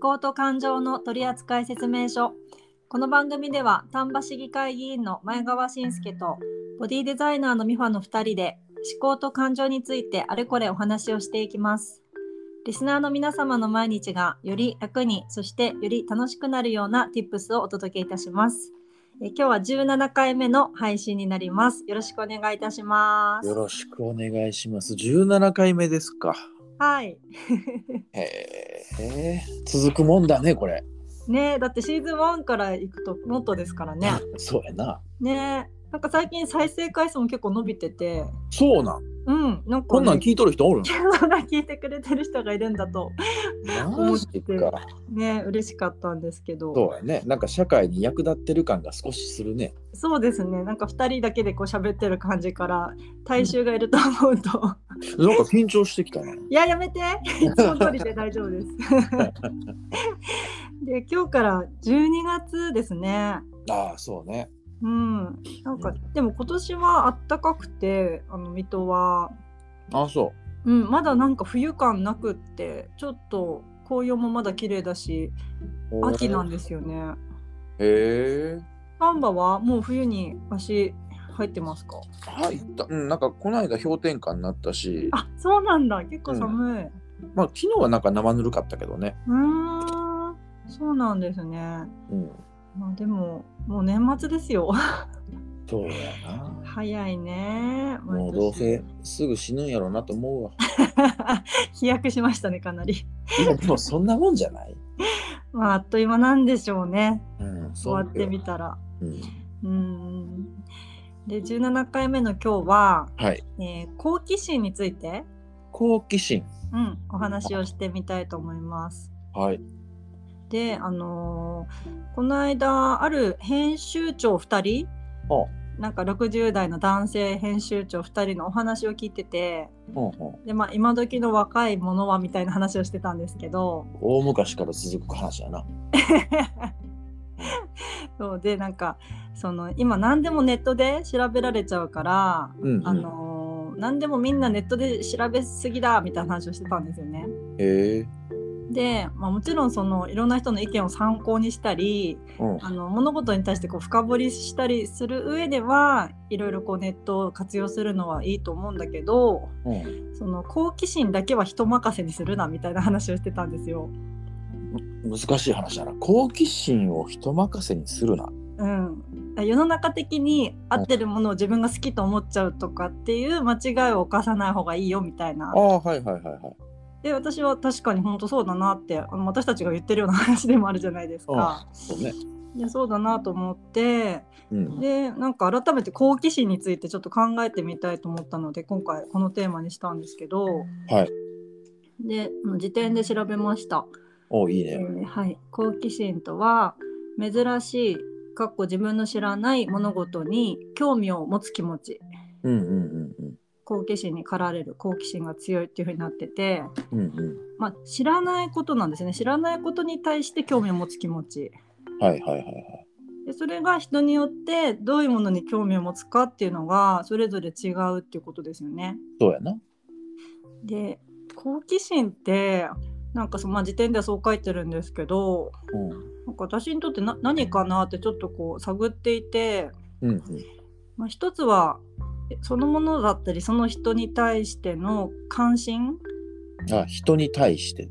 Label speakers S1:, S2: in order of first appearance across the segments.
S1: 考と感情の取扱説明書この番組では丹波市議会議員の前川信介とボディデザイナーの美穂の2人で思考と感情についてあれこれお話をしていきますリスナーの皆様の毎日がより楽にそしてより楽しくなるような Tips をお届けいたしますえ今日は17回目の配信になりますよろしくお願いいたします
S2: よろしくお願いします。17回目ですか。
S1: はい
S2: へえ、続くもんだね、これ。
S1: ねえだってシーズン1から行くともっとですからね
S2: そうやな。
S1: ねえなんか最近再生回数も結構伸びてて
S2: そうなん。
S1: うんなんか
S2: こんなん
S1: ね、
S2: 聞いとる人おるん
S1: そんなん聞いてくれてる人がいるんだと
S2: マジか。
S1: ね嬉しかったんですけど
S2: そうやね。なんか社会に役立ってる感が少しするね。
S1: そうですねなんか2人だけでこう喋ってる感じから大衆がいると思うと、
S2: なんか緊張してきたな。
S1: いややめていつも通りで大丈夫 ですで今日から12月ですね
S2: ああ、そうね。
S1: うんなんか、
S2: う
S1: でも今年はあったかくてあの水戸は
S2: ああ、そ
S1: うん、まだなんか冬感なくってちょっと紅葉もまだ綺麗だし
S2: う。
S1: 秋なんですよね。
S2: へえ。
S1: 丹波はもう冬に足入ってますか
S2: 入った。うん、なんかこの間氷点下になったし、
S1: あそうなんだ結構寒い。う
S2: まあ昨日はなんか生ぬるかったけどね。
S1: ーんそうなんですね。
S2: うん。
S1: まあでももう年末ですよ。
S2: そうやな。
S1: 早いね。
S2: も
S1: 毎年
S2: うどうせすぐ死ぬんやろうなと思うわ。
S1: 飛躍しましたねかなり。
S2: いやでもそんなもんじゃない。
S1: まああっという間なんでしょうね
S2: うん、
S1: 終わってみたら。
S2: うん、
S1: うんで17回目の今日は
S2: はい
S1: えー好奇心について、
S2: 好奇心
S1: うん、お話をしてみたいと思います。
S2: はい
S1: で、あのーこの間ある編集長2人
S2: あ
S1: なんか60代の男性編集長2人のお話を聞いてて
S2: うんうん
S1: で、まあ、今時の若いものはみたいな話をしてたんですけど
S2: 大昔から続く話やな
S1: そうでなんかその今何でもネットで調べられちゃうから、
S2: うん、うん、
S1: あのー何でもみんなネットで調べすぎだみたいな話をしてたんですよね。
S2: へえ
S1: で、まあ、もちろんそのいろんな人の意見を参考にしたり
S2: うん
S1: あの物事に対してこう深掘りしたりする上ではいろいろこうネットを活用するのはいいと思うんだけど
S2: うん
S1: その好奇心だけは人任せにするなみたいな話をしてたんですよ。
S2: 難しい話だな好奇心を人任せにするな
S1: うん、世の中的に合ってるものを自分が好きと思っちゃうとかっていう間違いを犯さない方がいいよみたいな
S2: あ。あはいはいはいはい
S1: で私は確かに本当そうだなってあの私たちが言ってるような話でもあるじゃないですか。
S2: そうね
S1: でそうだなと思って
S2: うん
S1: でなんか改めて好奇心についてちょっと考えてみたいと思ったので今回このテーマにしたんですけど
S2: はい
S1: であの辞典で調べました、
S2: おいい
S1: え
S2: ね
S1: ーはい、好奇心とは珍しいかっこ自分の知らない物事に興味を持つ気持ち
S2: うんうんうん
S1: 好奇心に駆られる好奇心が強いっていう風になってて、
S2: うんうんう
S1: まあ、知らないことなんですね知らないことに対して興味を持つ気持ち
S2: んはいはいはいはい
S1: でそれが人によってどういうものに興味を持つかっていうのがそれぞれ違うっていうことですよね。
S2: そうやな
S1: で好奇心ってなんかその、まあ、時点ではそう書いてるんですけど
S2: うん
S1: なんか私にとってな何かなってちょっとこう探っていて、
S2: うんうん
S1: まあ、一つはえそのものだったりその人に対しての関心、
S2: あ人に対して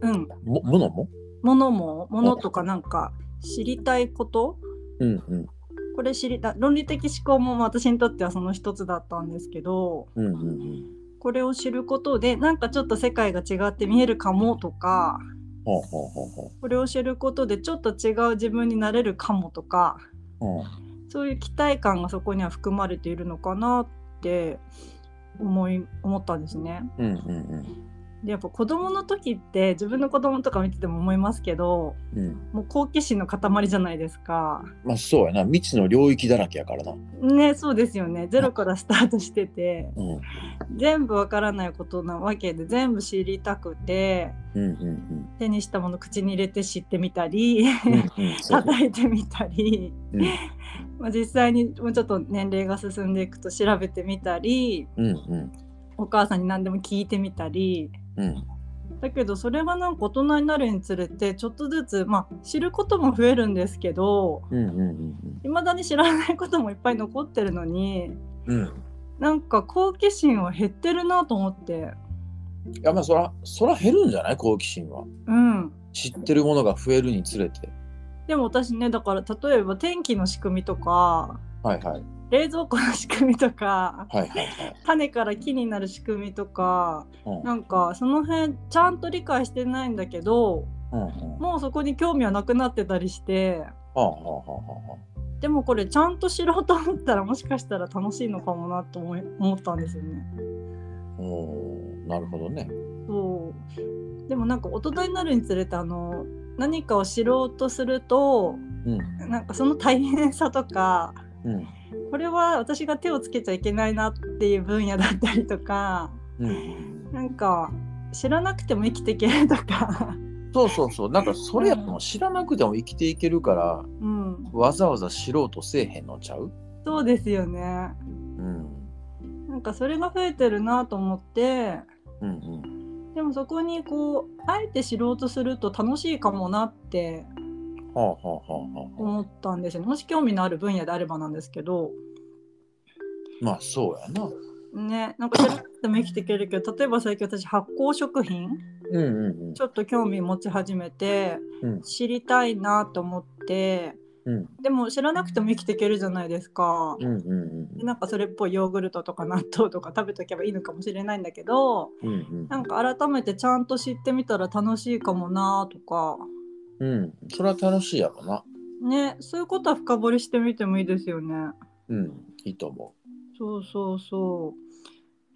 S1: うん、
S2: もものも
S1: ものもものとかなんか知りたいこと
S2: うんうん
S1: これ知りた論理的思考もまあ私にとってはその一つだったんですけど
S2: うんうんうん
S1: これを知ることでなんかちょっと世界が違って見えるかもとか
S2: ほうほうほうほ
S1: これを知ることでちょっと違う自分になれるかもとか
S2: ううん
S1: そういう期待感がそこには含まれているのかなって思い思ったんですね。
S2: うんうん
S1: でやっぱ子供の時って自分の子供とか見てても思いますけど
S2: うんうん
S1: もう好奇心の塊じゃないですか。
S2: まあそうやな未知の領域だらけやからな
S1: ねそうですよねゼロからスタートしてて
S2: うん
S1: 全部わからないことなわけで全部知りたくて
S2: うんうん
S1: 手にしたもの口に入れて知ってみたり。
S2: うんうんうんそうね
S1: 叩いてみたり、
S2: うん
S1: まあ、実際にもうちょっと年齢が進んでいくと調べてみたり
S2: うんうん
S1: お母さんに何でも聞いてみたり
S2: うん
S1: だけどそれがなんか大人になるにつれてちょっとずつ、まあ、知ることも増えるんですけど
S2: うんうんうん
S1: いまだに知らないこともいっぱい残ってるのに
S2: うんうん
S1: なんか好奇心は減ってるなと思って
S2: いやまあそらそら減るんじゃない好奇心は
S1: うん
S2: 知ってるものが増えるにつれて
S1: でも私ねだから例えば天気の仕組みとか
S2: はいはい
S1: 冷蔵庫の仕組みとか
S2: はいはいはい
S1: 種から木になる仕組みとか
S2: うん
S1: なんかその辺ちゃんと理解してないんだけど
S2: うんうん
S1: もうそこに興味はなくなってたりして
S2: はあはあはあはあ
S1: でもこれちゃんと知ろうと思ったらもしかしたら楽しいのかもなと思い思ったんですよね。
S2: おーなるほどね。
S1: そうでもなんか大人になるにつれてあの何かを知ろうとすると
S2: うん。
S1: なんかその大変さとか
S2: うん。
S1: これは私が手をつけちゃいけないなっていう分野だったりとか
S2: うん。
S1: なんか知らなくても生きていけるとか、
S2: そうそうそう。なんかそれやったの知らなくても生きていけるから、
S1: うん、
S2: わざわざ知ろうとせえへんのちゃう
S1: そうですよね
S2: うん。
S1: なんかそれが増えてるなと思って
S2: うんうん。
S1: でもそこにこうあえて知ろうとすると楽しいかもなって
S2: はあはあはあはあはあ。
S1: 思ったんですよねもし興味のある分野であればなんですけど
S2: まあそうやな。
S1: ねなんか知らなくても生きていけるけど例えば最近私発酵食品
S2: うんうん
S1: ちょっと興味持ち始めて
S2: うん
S1: 知りたいなと思って
S2: うん。
S1: でも知らなくても生きていけるじゃないですか。
S2: うんうんうん
S1: でなんかそれっぽいヨーグルトとか納豆とか食べとけばいいのかもしれないんだけど
S2: うんうん
S1: なんか改めてちゃんと知ってみたら楽しいかもなとか
S2: うんそれは楽しいやろな
S1: ねそういうことは深掘りしてみてもいいですよね。
S2: うんいいと思
S1: そうそうそう。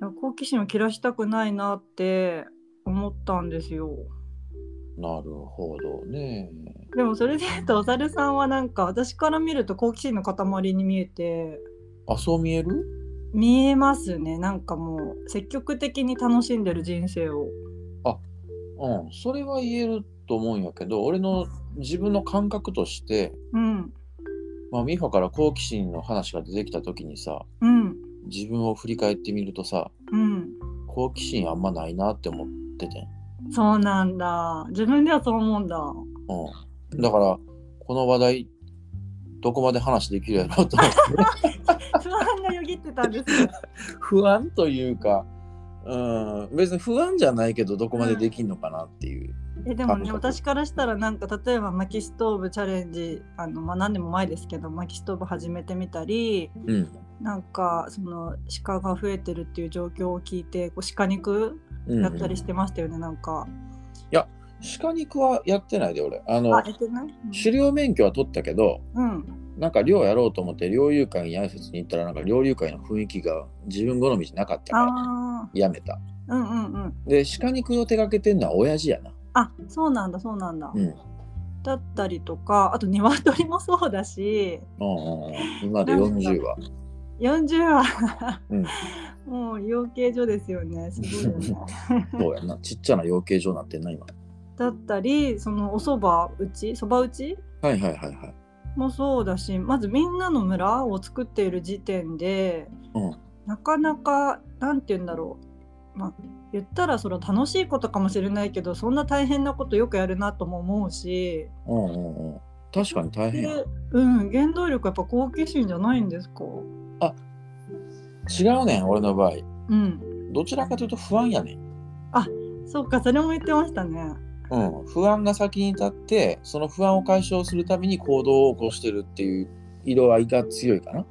S1: だから好奇心を切らしたくないなって思ったんですよ。
S2: うなるほどね
S1: でもそれで言うとお猿さんはなんか私から見ると好奇心の塊に見えて
S2: あそう見える
S1: 見えますねなんかもう積極的に楽しんでる人生を。
S2: うんそれは言えると思うんやけど俺の自分の感覚として
S1: うん
S2: まあ、ミファから好奇心の話が出てきた時にさ
S1: うん
S2: 自分を振り返ってみるとさ
S1: うん。
S2: 好奇心あんまないなって思っててん、
S1: そうなんだ。自分ではそう思うんだ。
S2: うん、だからこの話題どこまで話できるやろうと思って
S1: 不安がよぎってたんです よ。
S2: 不安というか、うん、別に不安じゃないけどどこまでできんのかなっていう、
S1: えでもね
S2: あ
S1: 私からしたらなんか例えば薪ストーブチャレンジあの、まあ、何年も前ですけど薪ストーブ始めてみたり
S2: うん
S1: なんかその鹿が増えてるっていう状況を聞いてこう鹿肉
S2: うん
S1: やったりしてましたよね、なんか。
S2: 鹿肉はやってないで俺あの
S1: あやってない
S2: 狩猟免許は取ったけど
S1: うん、
S2: なんか漁やろうと思って猟友会に挨拶に行ったらなんか猟友会の雰囲気が自分好みじゃなかったから
S1: あ
S2: やめた
S1: ーうんうんうん
S2: で鹿肉を手掛けてんのは親父やな。
S1: あそうなんだそうなんだ、
S2: うん。うん
S1: だったりとかあと鶏もそうだし
S2: うんうん、今で40は。
S1: 40は、
S2: うん
S1: もう養鶏所ですよねすごいよ ね。
S2: そう やな。ちっちゃな養鶏場になってんな今。
S1: だったりそのおそば打ちそば打ち
S2: はいはいはいはい。
S1: もそうだしまず「みんなの村」を作っている時点で
S2: うん。
S1: なかなかなんて言うんだろう、まあ、言ったらその楽しいことかもしれないけどそんな大変なことよくやるなとも思うし、
S2: うんうんうん。確かに大変や。
S1: でうん、原動力はやっぱ好奇心じゃないんですか、う
S2: 違うねん、俺の場合。
S1: ん、
S2: どちらかというと不安やねん。
S1: そうかそれも言ってましたね。
S2: うん。不安が先に立って、その不安を解消するために行動を起こしてるっていう色合いが強いかな。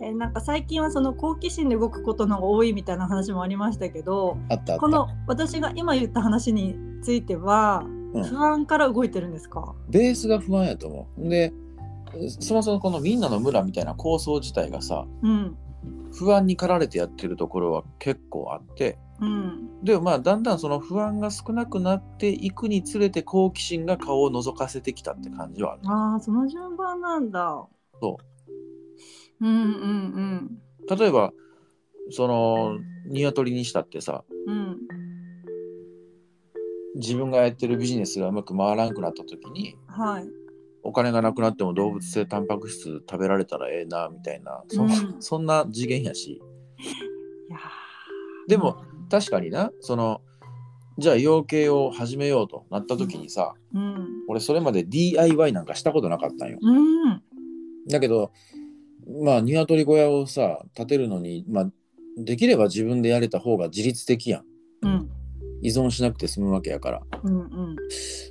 S1: えなんか最近はその好奇心で動くことの方が多いみたいな話もありましたけど
S2: あったあった。
S1: この私が今言った話については、
S2: うん
S1: 不安から動いてるんですか
S2: ベースが不安やと思う。で、そもそもこのみんなの村みたいな構想自体がさ、
S1: うん
S2: 不安に駆られてやってるところは結構あって
S1: うん
S2: でもまあだんだんその不安が少なくなっていくにつれて好奇心が顔を覗かせてきたって感じはある
S1: ああその順番なんだ
S2: そう
S1: うんうん
S2: 例えばその鶏にしたってさ
S1: うんうん
S2: 自分がやってるビジネスがうまく回らなくなった時に
S1: はい
S2: お金がなくなっても動物性タンパク質食べられたらええなみたいなそ,、、
S1: うんん
S2: そんな次元やし
S1: いや
S2: でも確かになそのじゃあ養鶏を始めようとなった時にさ、
S1: うん。
S2: 俺それまで DIY なんかしたことなかったんよ。
S1: うん。
S2: だけどまあ鶏小屋をさ建てるのに、まあ、できれば自分でやれた方が自律的やん
S1: うん。
S2: 依存しなくて済むわけやから
S1: うん。うん。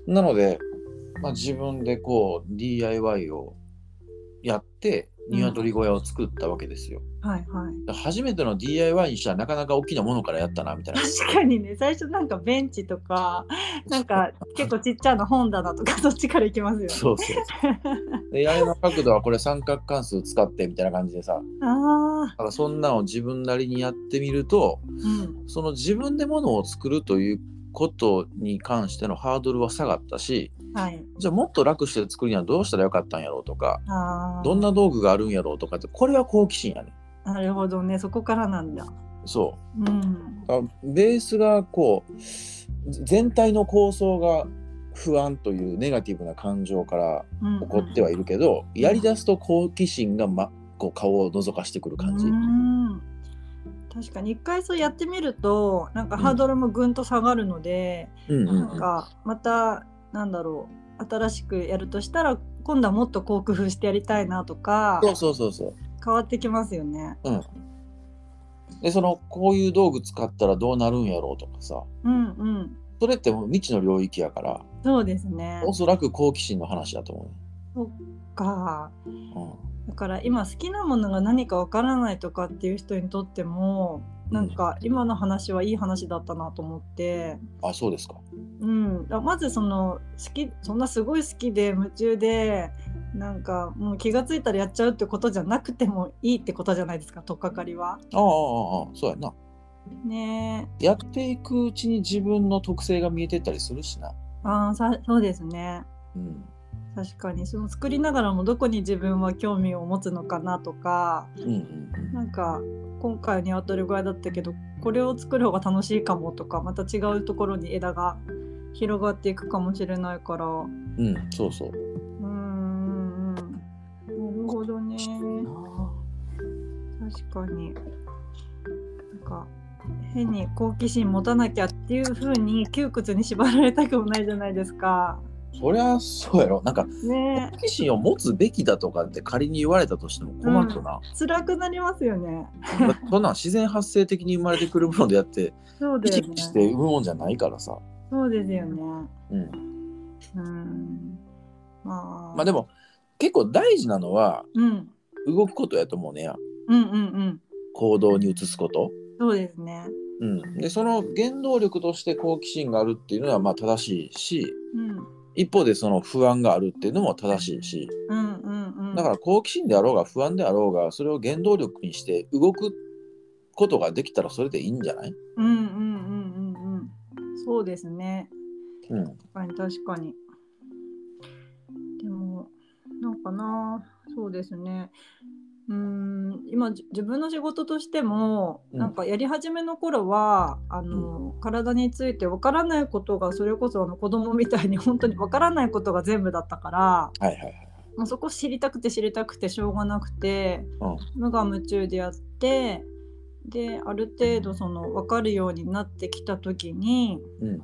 S2: なので、まあ、自分でこう DIY をやって
S1: うん
S2: 鶏小屋を作ったわけですよ、
S1: はいはい。
S2: だから初めての DIY にしたらなかなか大きなものからやったなみたいな
S1: 確かにね、最初なんかベンチとか、なんか結構ちっちゃな本棚とか、そっちから行きますよね。
S2: そうそうそうで屋根の角度はこれ三角関数使ってみたいな感じでさ
S1: ああ。
S2: だからそんなのを自分なりにやってみると
S1: うん。
S2: その自分でものを作るということに関してのハードルは下がったし
S1: はい。
S2: じゃあもっと楽して作るにはどうしたらよかったんやろうとか
S1: ああ。
S2: どんな道具があるんやろうとかってこれは好奇心やね
S1: なるほどね、そこからなんだ。
S2: そ
S1: うん
S2: う。だからベースがこうぜ全体の構想が不安というネガティブな感情から
S1: うん
S2: 起こってはいるけどやりだすと好奇心が、ま、こう顔を覗かしてくる感じ
S1: う。ん確かに一回そうやってみるとなんかハードルもぐんと下がるので、
S2: うんうん
S1: なんかまたなんだろう新しくやるとしたら今度はもっとこう工夫してやりたいなとか
S2: そうそうそうそう。
S1: 変わってきますよね。
S2: でそのこういう道具使ったらどうなるんやろうとかさ
S1: うんうん
S2: それってもう未知の領域やから
S1: そうですね。
S2: おそらく好奇心の話だと思
S1: か
S2: うね。
S1: だから今好きなものが何かわからないとかっていう人にとってもなんか今の話はいい話だったなと思って。
S2: うん、あそうですか。
S1: うん、あまずその好きそんなすごい好きで夢中でなんかもう気がついたらやっちゃうってことじゃなくてもいいってことじゃないですか取っかかりは。
S2: ああああああそうやな。
S1: ねえ
S2: やっていくうちに自分の特性が見えてったりするしな。
S1: あーさそうですね
S2: うん
S1: 確かにその作りながらもどこに自分は興味を持つのかなとか
S2: うんうんうん
S1: なんか今回ニワトリ小屋だったけどこれを作る方が楽しいかもとかまた違うところに枝が広がっていくかもしれないからう
S2: うんそうそう。
S1: ーんなるほどね。確かになんか変に好奇心持たなきゃっていう風に窮屈に縛られたくもないじゃないですか
S2: そりゃそうやろ。なんか
S1: ね
S2: 好奇心を持つべきだとかって仮に言われたとしても困るよな。
S1: え辛くなりますよね
S2: だってそんなん自然発生的に生まれてくるものであって
S1: そう
S2: 意
S1: です
S2: 識
S1: ね
S2: して産むもんじゃないからさ。
S1: そうですよね
S2: うん
S1: うんまあ、
S2: まあでも結構大事なのは
S1: うん、
S2: 動くことやと思うねや
S1: うんうんうん
S2: 行動に移すこと、
S1: そうですね
S2: うん、でその原動力として好奇心があるっていうのはまあ正しいし
S1: うん
S2: 一方でその不安があるっていうのも正しいし
S1: うんうんうん
S2: だから好奇心であろうが不安であろうがそれを原動力にして動くことができたらそれでいいんじゃない、
S1: うんうんうんうんうんそうですね
S2: うん、
S1: 確かに確かに。でもなんかなそうですね。うーん今じ自分の仕事としても、
S2: うん
S1: なんかやり始めの頃はあの、体についてわからないことがそれこそあの子供みたいに本当にわからないことが全部だったから
S2: はいはいはい。
S1: もうそこ知りたくて知りたくてしょうがなくて、
S2: うん
S1: 無我夢中でやってである程度その分かるようになってきた時に、
S2: うん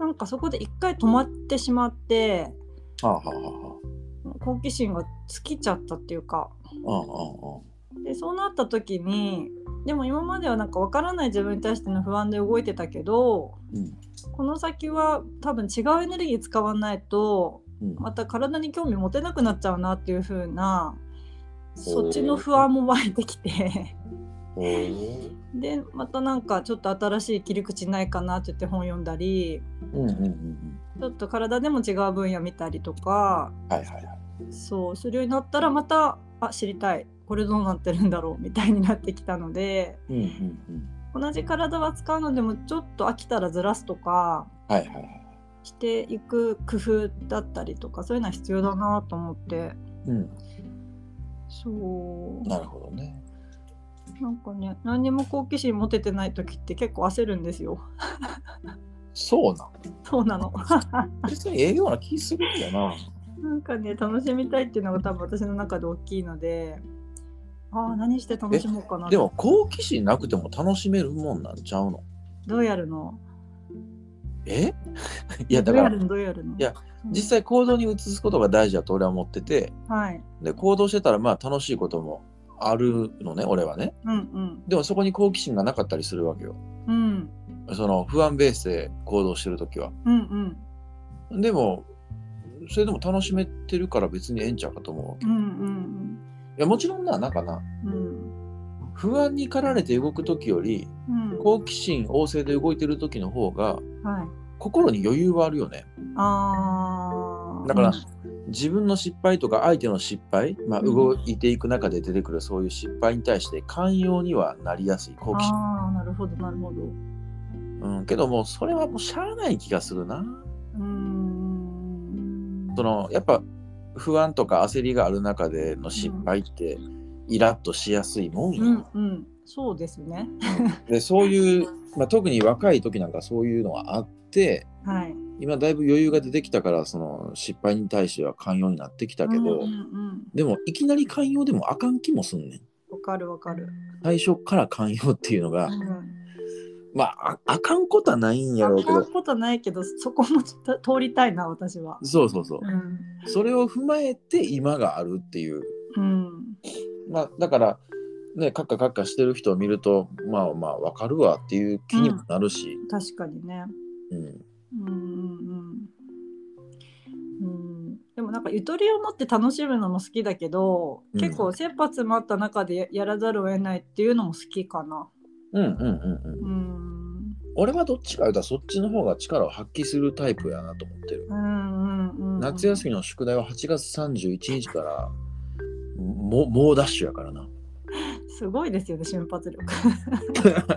S1: なんかそこで一回止まってしまって
S2: はあはあは
S1: 好奇心が尽きちゃったっていうか
S2: あは
S1: でそうなった時にでも今まではなんか分からない自分に対しての不安で動いてたけど
S2: あ。うんうんうん
S1: この先は多分違うエネルギー使わないと
S2: うん
S1: また体に興味持てなくなっちゃうなっていう風な
S2: おー
S1: そっちの不安も湧いてきて
S2: おー
S1: でまたなんかちょっと新しい切り口ないかなって言って本読んだり
S2: うんうんうんうん
S1: ちょっと体でも違う分野見たりとか
S2: はいはいはい。
S1: そうするようになったらまたあ知りたいこれどうなってるんだろうみたいになってきたので
S2: うんうんうん
S1: 同じ体は使うのでもちょっと飽きたらずらすとか
S2: はいはいはい。
S1: していく工夫だったりとかそういうのは必要だなと思って
S2: うん、
S1: そう
S2: なるほどね。
S1: なんかね何にも好奇心持ててない時って結構焦るんですよ
S2: そうな
S1: そうなの
S2: ん。別にええような気するんだよな。
S1: なんかね楽しみたいっていうのが多分私の中で大きいのでああ何して楽しもうかな
S2: でも好奇心なくても楽しめるもんなんちゃうの
S1: どうやるの
S2: えいやだ
S1: どう
S2: か
S1: や
S2: ら
S1: るのどうやるの
S2: いや実際行動に移すことが大事だと俺は思ってて
S1: はい。
S2: で行動してたらまあ楽しいこともあるのね俺はね
S1: うん
S2: でもそこに好奇心がなかったりするわけよ
S1: うん。うん。
S2: その不安ベースで行動してる時は
S1: うんうん。
S2: でもそれでも楽しめてるから別にええんちゃうかと思うわけ
S1: うんうん
S2: いやもちろんななんかな
S1: うん。うん。
S2: 不安に駆られて動く時より
S1: うん。
S2: 好奇心旺盛で動いてる時の方が
S1: はい。
S2: 心に余裕はあるよね
S1: ああ。
S2: だから
S1: うん
S2: 自分の失敗とか相手の失敗、まあ、
S1: うん
S2: 動いていく中で出てくるそういう失敗に対して寛容にはなりやすい好奇心、
S1: ああ、なるほど、なるほど。う
S2: うん、けどもうそれはもうしゃあない気がするな
S1: ーん。
S2: そのやっぱ不安とか焦りがある中での失敗ってイラッとしやすいもんよ、
S1: うんうん。そうですね。
S2: でそういう、まあ、特に若い時なんかそういうのはあって
S1: はい。
S2: 今だいぶ余裕が出てきたからその失敗に対しては寛容になってきたけど、
S1: うんうんうん。
S2: でもいきなり寛容でもあかん気もすんねん
S1: わかるわかる。
S2: 最初から寛容っていうのが、
S1: うん。
S2: まあああかんことはないんやろうけ
S1: そん
S2: ど
S1: なことないけど、そこもちょっと通りたいな、私は。
S2: そうそうそう
S1: うん。
S2: それを踏まえて今があるっていう
S1: うん。
S2: まあだからねカッカカッカしてる人を見るとまあまあわかるわっていう気にもなるし、
S1: 確かにね。
S2: う
S1: う
S2: ん
S1: んうんうんうんでもなんかゆとりを持って楽しむのも好きだけど、
S2: うん
S1: 結構切羽詰まった中でややらざるを得ないっていうのも好きかな。
S2: うんうんうんうん
S1: うん
S2: 俺はどっちか言うたらそっちの方が力を発揮するタイプやなと思ってる、
S1: うんうんうん、
S2: 夏休みの宿題は8月31日からも猛ダッシュやからな
S1: すごいですよね瞬発力。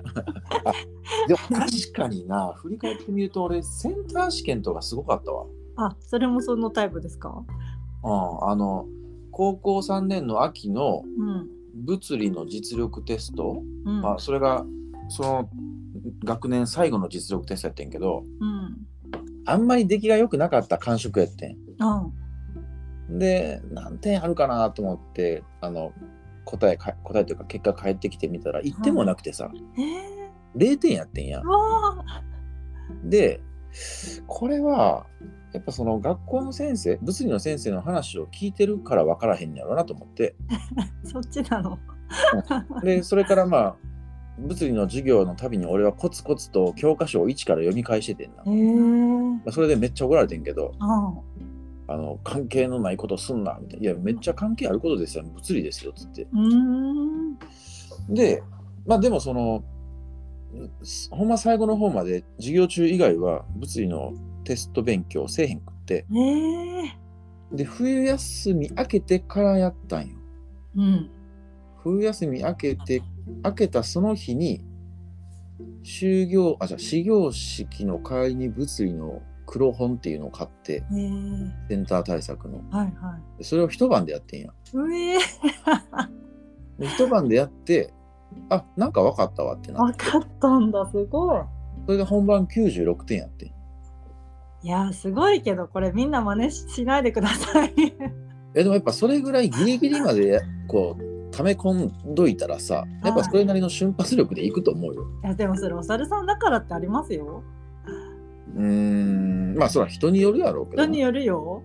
S2: でも確かにな振り返ってみると俺センター試験とかすごかったわ
S1: あそれもそのタイプですか
S2: うん、あの高校3年の秋の
S1: うん。
S2: 物理の実力テスト、
S1: うん。
S2: まあ、それがその学年最後の実力テストやってんけど
S1: うん。
S2: あんまり出来が良くなかった感触やって
S1: あ
S2: ん。で何点あるかなと思ってあの答えか答えというか結果返ってきてみたら1点もなくてさ、
S1: えー、
S2: 0点やってんや
S1: う。わあ
S2: でこれはやっぱその学校の先生物理の先生の話を聞いてるから分からへんやろうなと思って
S1: そっちなの。
S2: でそれからまあ物理の授業のたびに俺はコツコツと教科書を一から読み返しててんな、
S1: え
S2: ま
S1: ー、
S2: あ、それでめっちゃ怒られてんけど
S1: あ
S2: あの関係のないことすんなみたいないやめっちゃ関係あることですよ物理ですよつって
S1: うーん。
S2: でまあでもそのすほんま最後の方まで授業中以外は物理のテスト勉強せえへんくって
S1: えー、
S2: で冬休み明けてからやったんよ
S1: うん。
S2: 冬休み明けて明けたその日に終業あじゃあ始業式の帰りに物理の黒本っていうのを買って
S1: えー、
S2: センター対策の
S1: はいはい。
S2: でそれを一晩でやってんや
S1: うえー、
S2: で一晩でやってあなんか分かったわってなっ
S1: 分
S2: て
S1: かったんだすごい
S2: それで本番96点やってん
S1: いやーすごいけどこれみんな真似ししないでください
S2: えでもやっぱそれぐらいギリギリまでやこう溜め込んどいたらさやっぱそれなりの瞬発力でいくと思うよ
S1: いやでもそれお猿さんだからってありますよ
S2: うーんまあそれは人によるやろうけど
S1: 人
S2: な、
S1: によるよ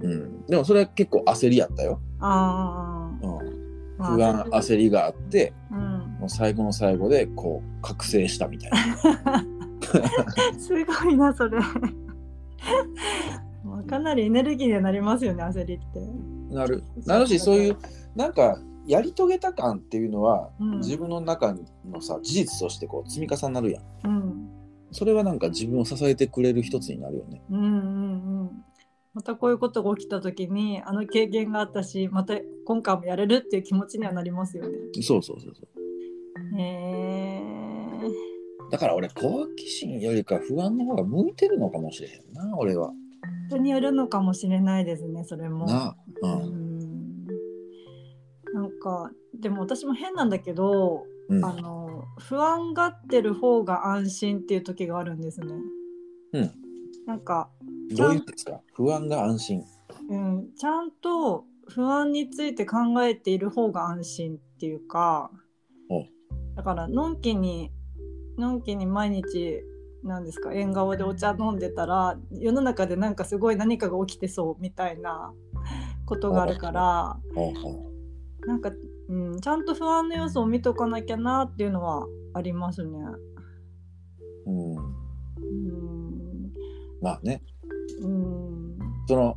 S2: うん、でもそれは結構焦りやったよ、
S1: あ
S2: うん、
S1: ー、まあ
S2: 不安焦りがあって
S1: うん
S2: もう最後の最後でこう覚醒したみたいな
S1: すごいなそれ まあかなりエネルギーにはなりますよね焦りって
S2: なるなるしそういうなんかやり遂げた感っていうのは、
S1: うん
S2: 自分の中のさ事実としてこう積み重なるや
S1: う
S2: ん
S1: ん
S2: それはなんか自分を支えてくれる一つになるよね
S1: うんうんうんまたこういうことが起きた時にあの経験があったしまた今回もやれるっていう気持ちにはなりますよね
S2: そうそうそうそ
S1: へえー
S2: うだから俺好奇心よりか不安の方が向いてるのかもしれへんな俺は
S1: 人によるのかもしれないですねそれも。
S2: なあう
S1: うんんなんかでも私も変なんだけど、
S2: うん
S1: あの不安がってる方が安心っていう時があるんですね。
S2: うん
S1: なんか、
S2: どういうんですか不安が安心
S1: うん、ちゃんと不安について考えている方が安心っていうか
S2: お
S1: だからのんきにのんきに毎日なんですか縁側でお茶飲んでたら世の中でなんかすごい何かが起きてそうみたいなことがあるから
S2: ほうほ
S1: なんか、うん、ちゃんと不安の要素を見とかなきゃなっていうのはありますね。
S2: ううん、
S1: うん
S2: まあね
S1: うん
S2: その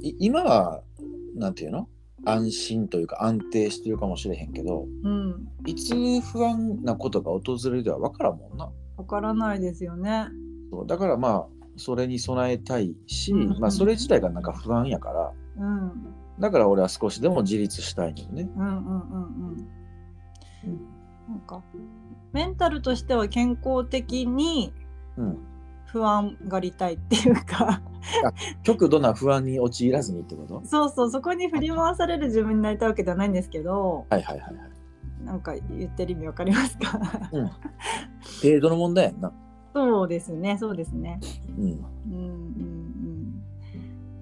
S2: い今はなんていうの安心というか安定してるかもしれへんけど
S1: うん
S2: いつ不安なことが訪れるか分からんもんな
S1: わからないですよね。
S2: そうだからまあそれに備えたいし、
S1: うん
S2: まあ、それ自体がなんか不安やから
S1: うん、
S2: だから俺は少しでも自立したいのよね、
S1: うん、うん、うん、うん。なんか。メンタルとしては健康的に
S2: うん、
S1: 不安がりたいっていう か。
S2: 極度な不安に陥らずにってこと
S1: そうそう、そこに振り回される自分になりたいわけではないんですけど。
S2: はいはいはいはい、
S1: なんか言ってる意味わかりますか。
S2: うん、程度の問題やんな、
S1: そうですね、そうですね。
S2: うん、
S1: うんうんうん、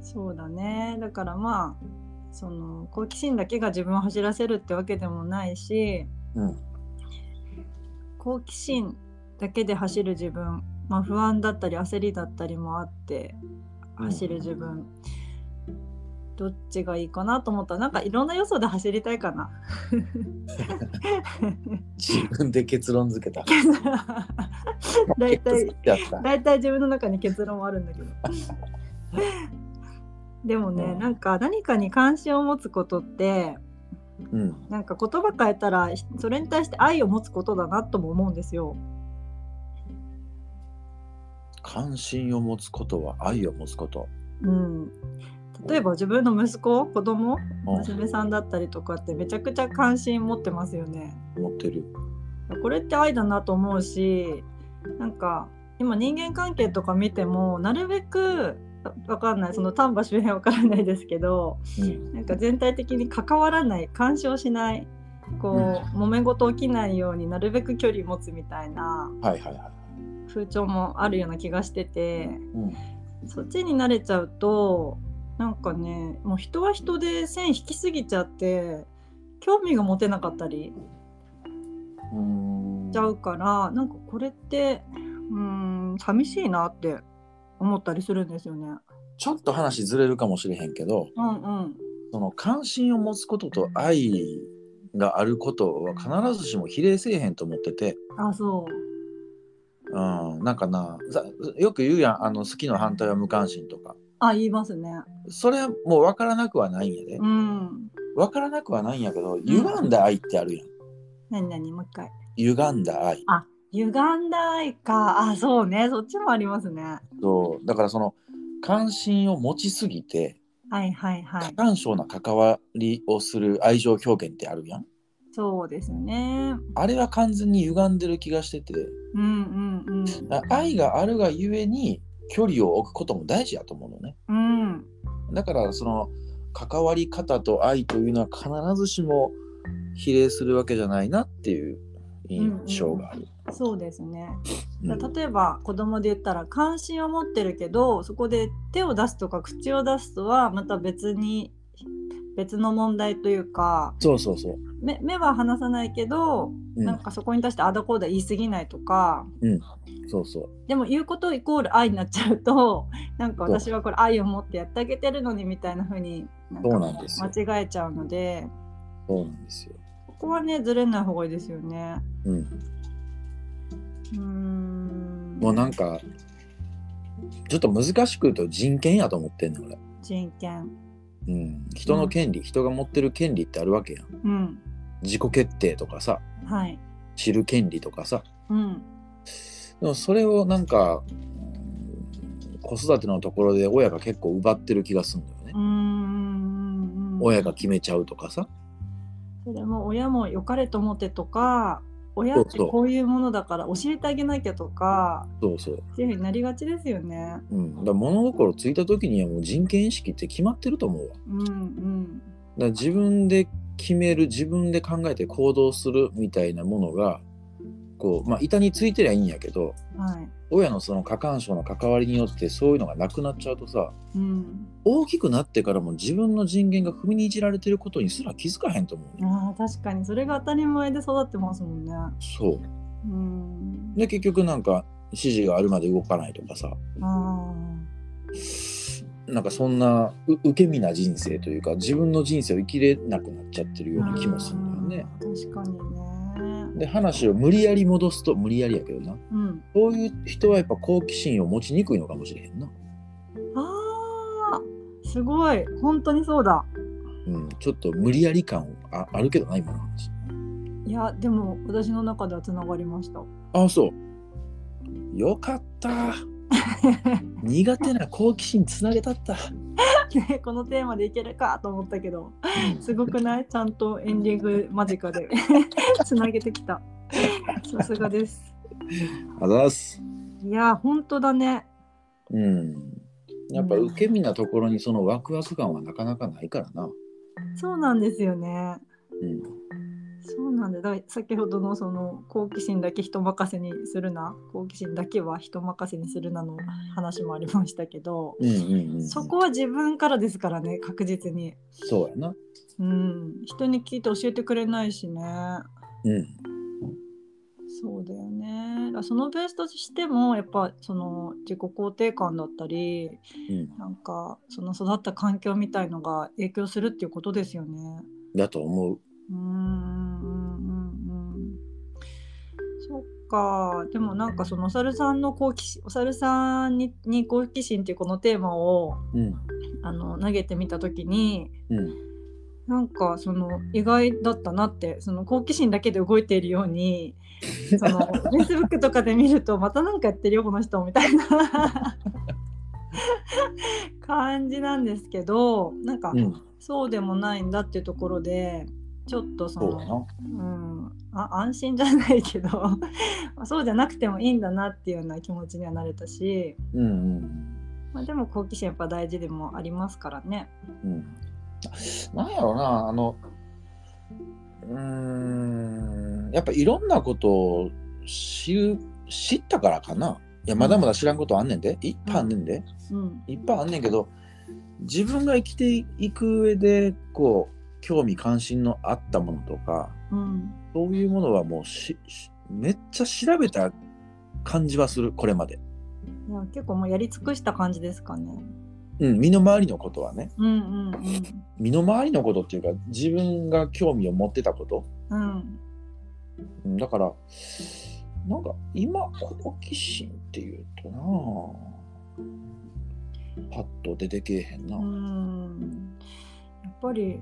S1: そうだねだからまあその好奇心だけが自分を走らせるってわけでもないし
S2: うん
S1: 好奇心だけで走る自分、まあ、不安だったり焦りだったりもあって
S2: うん
S1: 走る自分、どっちがいいかなと思ったらなんかいろんな要素で走りたいかな。
S2: 自分で結論付けた
S1: 大体
S2: 結論付けやった
S1: 大体自分の中に結論はあるんだけどでもね、
S2: うん
S1: なんか何かに関心を持つことって
S2: うん
S1: なんか言葉変えたらそれに対して愛を持つことだなとも思うんですよ
S2: 関心を持つことは愛を持つこと、
S1: うん例えば自分の息子子供
S2: う
S1: 娘さんだったりとかってめちゃくちゃ関心持ってますよね
S2: ん、持ってる
S1: これって愛だなと思うしなんか今人間関係とか見てもなるべくわかんないその丹波周辺わからないですけど
S2: うん
S1: なんか全体的に関わらない干渉しないこう、揉め事起きないようになるべく距離持つみたいな
S2: はいはいはい、
S1: 風潮もあるような気がしてて
S2: うん、
S1: そっちに慣れちゃうとなんかねもう人は人で線引きすぎちゃって興味が持てなかったり
S2: うー
S1: し
S2: ん
S1: ちゃうからなんかこれってうーん寂しいなって思ったりするんですよね。
S2: ちょっと話ずれるかもしれへんけど
S1: うんうん
S2: その関心を持つことと愛があることは必ずしも比例せえへんと思ってて、
S1: あそ
S2: うん、なんかなざよく言うやんあの好きの反対は無関心とか
S1: うあ言いますね。
S2: それはもう分からなくはないんやで
S1: うん。
S2: 分からなくはないんやけど歪んだ愛ってあるやん
S1: 何何もう一回。
S2: 歪んだ愛
S1: 歪んだ愛かあそうねそっちもありますね
S2: そうだからその関心を持ちすぎて
S1: はいはいは
S2: 過
S1: い
S2: 干渉な関わりをする愛情表現ってあるやん
S1: そうですね
S2: あれは完全に歪んでる気がしてて
S1: うんうん
S2: あ愛があるがゆえに距離を置くことも大事やと思うのね
S1: うんうん
S2: だからその関わり方と愛というのは必ずしも比例するわけじゃないなっていう印象がある。
S1: そうですね
S2: うん
S1: 例えば子供で言ったら関心を持ってるけどそこで手を出すとか口を出すとはまた別に別の問題というか
S2: そうそうそう。
S1: 目目は離さないけど、
S2: うん
S1: なんかそこに対してあだこうだ言い過ぎないとか
S2: そうそう。
S1: でも言うことイコール愛になっちゃうとなんか
S2: そう
S1: 私はこれ愛を持ってやってあげてるのにみたいな風になんか
S2: そうなんですよ。
S1: 間違えちゃうので
S2: そうなんですよ。
S1: ここはねずれない方がいいですよね。
S2: うん。
S1: うーん
S2: もうなんかちょっと難しく言うと人権やと思ってんの俺。
S1: 人権。
S2: うん。人の権利、人が持ってる権利ってあるわけやん。
S1: うん
S2: 自己決定とかさ、
S1: はい。
S2: 知る権利とかさ。
S1: うん
S2: でもそれをなんかうん子育てのところで親が結構奪ってる気がするんだよね
S1: うー。ん
S2: 親が決めちゃうとかさ
S1: それも親も良かれと思ってとか親ってこういうものだから教えてあげなきゃとか
S2: そうそう、
S1: っていう風になりがちですよね。
S2: うん、だから物心ついた時にはもう人権意識って決まってると思うわだか
S1: うんうん
S2: ら自分で決める自分で考えて行動するみたいなものがこうまあ板についてりゃいいんやけど
S1: はい。
S2: 親のその過干渉の関わりによってそういうのがなくなっちゃうとさ
S1: うん
S2: 大きくなってからも自分の人権が踏みにじられてることにすら気づかへんと思うね
S1: あー確かにそれが当たり前で育ってますもんね。
S2: そう
S1: うん
S2: で結局なんか指示があるまで動かないとかさ
S1: あ
S2: なんかそんなう受け身な人生というか自分の人生を生きれなくなっちゃってる
S1: ー
S2: ような気もするんだよね。
S1: あー確かにね。
S2: で話を無理やり戻すと無理やりやけどな
S1: うん。
S2: そういう人はやっぱ好奇心を持ちにくいのかもしれへんな、
S1: ああ、すごい。本当にそうだ。
S2: うん、ちょっと無理やり感ああるけどな今の話
S1: いや、でも私の中ではつながりました。
S2: ああそうよかった 苦手な好奇心つなげたった、
S1: ねこのテーマでいけるかと思ったけど、
S2: うん
S1: すごくないちゃんとエンディング間近で つなげてきた。さすがです。
S2: あざっす
S1: いや、本当だね。
S2: うんやっぱ受け身なところにそのワクワク感はなかなかないからな、
S1: そうなんですよね。
S2: うん、
S1: そうなんだ。だから先ほどのその好奇心だけ人任せにするな、好奇心だけは人任せにするなの話もありましたけど、
S2: うんうんうん
S1: そこは自分からですからね、確実に。
S2: そうやな
S1: うん、人に聞いて教えてくれないしね。
S2: うん
S1: そうだよね。だからそのベースとしてもやっぱその自己肯定感だったり、
S2: うん
S1: なんかその育った環境みたいのが影響するっていうことですよね。
S2: だと思う
S1: うーんうんうんうんそっかでもなんかそのお猿さんの好奇心お猿さんにに好奇心っていうこのテーマを
S2: うん
S1: あの投げてみた時に
S2: うん
S1: なんかその意外だったなってその好奇心だけで動いているよう にその Facebook とかで見るとまたなんかやってるよこの人みたいな 感じなんですけどなんか
S2: うん
S1: そうでもないんだっていうところでちょっとそ
S2: そう
S1: の
S2: だ。な
S1: うん、あ安心じゃないけど まあそうじゃなくてもいいんだなっていうような気持ちにはなれたし、
S2: うんうん
S1: まあ、でも好奇心やっぱ大事でもありますからね。
S2: うんなんやろうなあのうーんやっぱいろんなことを知る知ったからかないやまだまだ知らんことあんねんでいっぱいあんねんで、
S1: うん、
S2: いっぱいあんねんけど自分が生きていく上でこう興味関心のあったものとか
S1: うん、
S2: そういうものはもうししめっちゃ調べた感じはするこれまで、
S1: いや結構もうやり尽くした感じですかね。
S2: うん、身の回りのことはね
S1: うんうん
S2: 身の回りのことっていうか自分が興味を持ってたこと
S1: うんうん
S2: うんだから、なんか今、好奇心っていうとなぁパッと出てけえへんな。
S1: う
S2: うん
S1: んやっぱり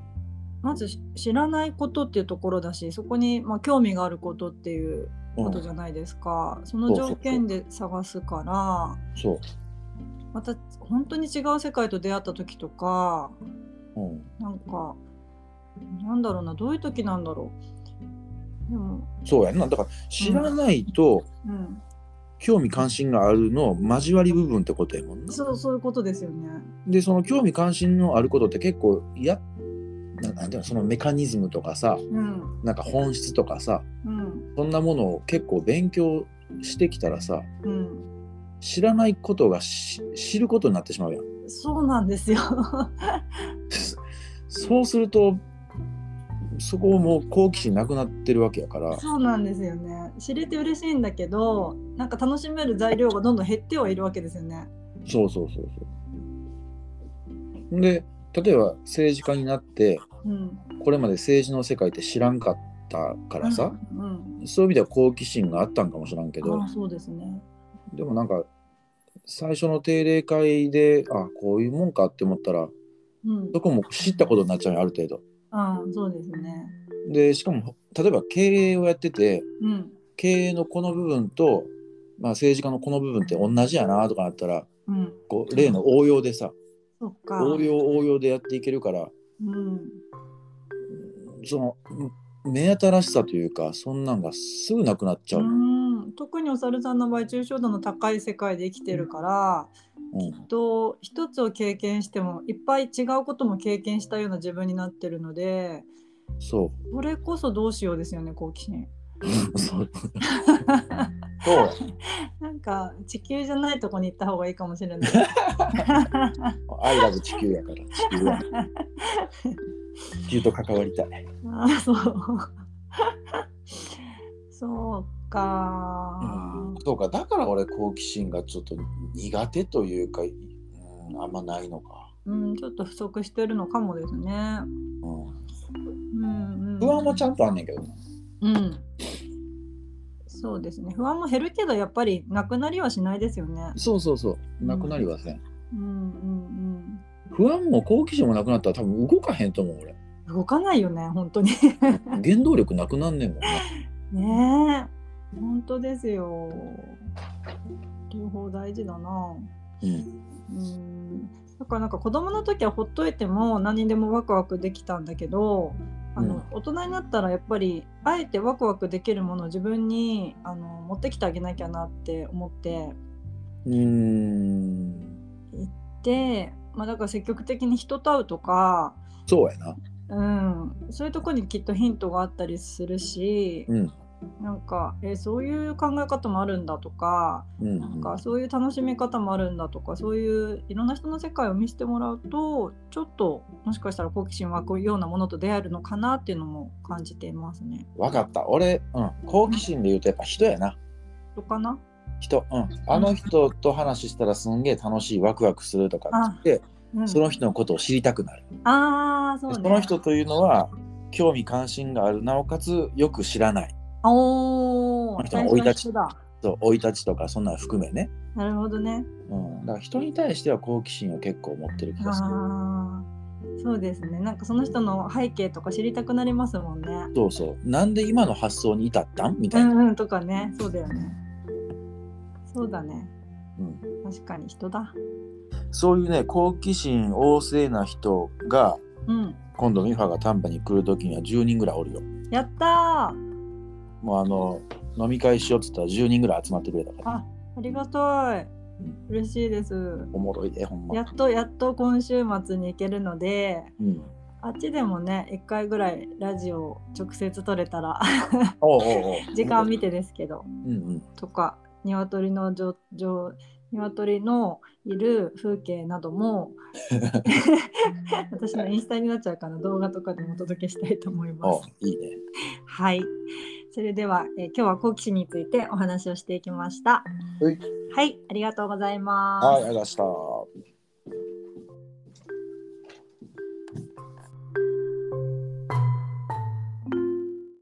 S1: まずし知らないことっていうところだしそこにまあ興味があることっていうことじゃないですか、その条件で探すから。
S2: そう。
S1: また本当に違う世界と出会った時とか
S2: うん、
S1: なんかなんだろうなどういう時なんだろうでも
S2: そうやんな。だから知らないと
S1: うん
S2: 興味関心があるの交わり部分ってことやもんな。
S1: そうそういうことですよね
S2: で、その興味関心のあることって結構や、ななんていうの、そのメカニズムとかさ、
S1: うん
S2: なんか本質とかさ、
S1: うん
S2: そんなものを結構勉強してきたらさ、
S1: うん
S2: 知らないことがし知ることになってしまうやん。
S1: そうなんですよ
S2: そうするとそこもう好奇心なくなってるわけやから
S1: そうなんですよね知れて嬉しいんだけどなんか楽しめる材料がどんどん減ってはいるわけですよね
S2: そうそうそうそうで例えば政治家になって
S1: うん
S2: これまで政治の世界って知らんかったからさ、
S1: うん、
S2: そういう意味では好奇心があったんかもしらんけど
S1: あそうですね
S2: でもなんか最初の定例会であこういうもんかって思ったら
S1: うん
S2: どこも知ったことになっちゃうよある程度
S1: あそうですね
S2: でしかも例えば経営をやってて
S1: うん
S2: 経営のこの部分と、まあ、政治家のこの部分って同じやなとかなったら
S1: うん
S2: こう例の応用でさ
S1: そっか
S2: 応用応用でやっていけるから
S1: うん
S2: そのん目新しさというかそんなんがすぐなくなっちゃう、
S1: うん特にお猿さんの場合抽象度の高い世界で生きてるから、
S2: うん
S1: と一つを経験してもいっぱい違うことも経験したような自分になってるので
S2: そ
S1: これこそどうしようですよね好奇心。
S2: うそうそう
S1: なんか地球じゃないとこに行った方がいいかもしれ ない。
S2: アイラブ地球やから地球は地球と関わりたい
S1: あーそう。そうか、
S2: うんそうかだから俺好奇心がちょっと苦手というか、うん、あんまないのか、
S1: うん、ちょっと不足してるのかもですね。
S2: うん、
S1: うんうん、
S2: 不安もちゃんとあんねんけどな
S1: うん。そうですね。不安も減るけど、やっぱりなくなりはしないですよね。
S2: そうそうそうなくなりはせん、
S1: うんうん
S2: 不安も好奇心もなくなったら多分動かへんと思う俺
S1: うん。動かないよね、本当に。
S2: 原動力なくなんねんもんな
S1: ねえ。本当ですよ。両方大事だな。
S2: うん
S1: うん。だからなんか子供の時はほっといても何にでもワクワクできたんだけど、あの、
S2: うん
S1: 大人になったらやっぱりあえてワクワクできるものを自分にあの持ってきてあげなきゃなって思って。
S2: うーん
S1: で、まあ、だから積極的に人と会うとか、
S2: そうやな
S1: うん、そういうとこにきっとヒントがあったりするし、
S2: うん
S1: なんかえーそういう考え方もあるんだとか
S2: うんうん
S1: なんかそういう楽しみ方もあるんだとかそういういろんな人の世界を見せてもらうとちょっともしかしたら好奇心湧くようなものと出会えるのかなっていうのも感じていますね。
S2: わかった俺、うん、好奇心で言うとやっぱ人やな
S1: どうかな
S2: 人、うん、あの人と話したらすんげえ楽しいワクワクするとかって
S1: うん、
S2: その人のことを知りたくなる
S1: あーそ
S2: で
S1: う、ね、
S2: その人というのは興味関心があるなおかつよく知らない
S1: お
S2: こ
S1: ー
S2: の人の生い立
S1: 最
S2: ち
S1: 初の人だ
S2: そう生い立ちとかそんなの含めね、
S1: なるほどね。
S2: うん、だから人に対しては好奇心を結構持ってる気がする
S1: あーそうですねなんかその人の背景とか知りたくなりますもんね。
S2: そうそうなんで今の発想に至ったんみ
S1: う
S2: たいな、
S1: んうんとかねそうだよね。そうだね
S2: うん、
S1: 確かに人だ。
S2: そういうね好奇心旺盛な人が
S1: うん
S2: 今度ミファが丹波に来る時には10人ぐらいおるよ
S1: やったー
S2: もうあの飲み会しようっつったら10人ぐらい集まってくれたから
S1: あありがたい嬉しいです。
S2: おもろいでほんま
S1: やっとやっと今週末に行けるので
S2: うん、
S1: あっちでもね1回ぐらいラジオ直接撮れた ら
S2: おうおうおう
S1: 時間見てですけど
S2: うんうん
S1: とか鶏のじょじょ鶏のいる風景など も私のインスタになっちゃうから動画とかでもお届けしたいと思いま
S2: おう
S1: す。
S2: いいね
S1: はい。それでは、えー今日は好奇心についてお話をしていきました。
S2: はい、
S1: はい、ありがとうございます。
S2: はいありがとうございました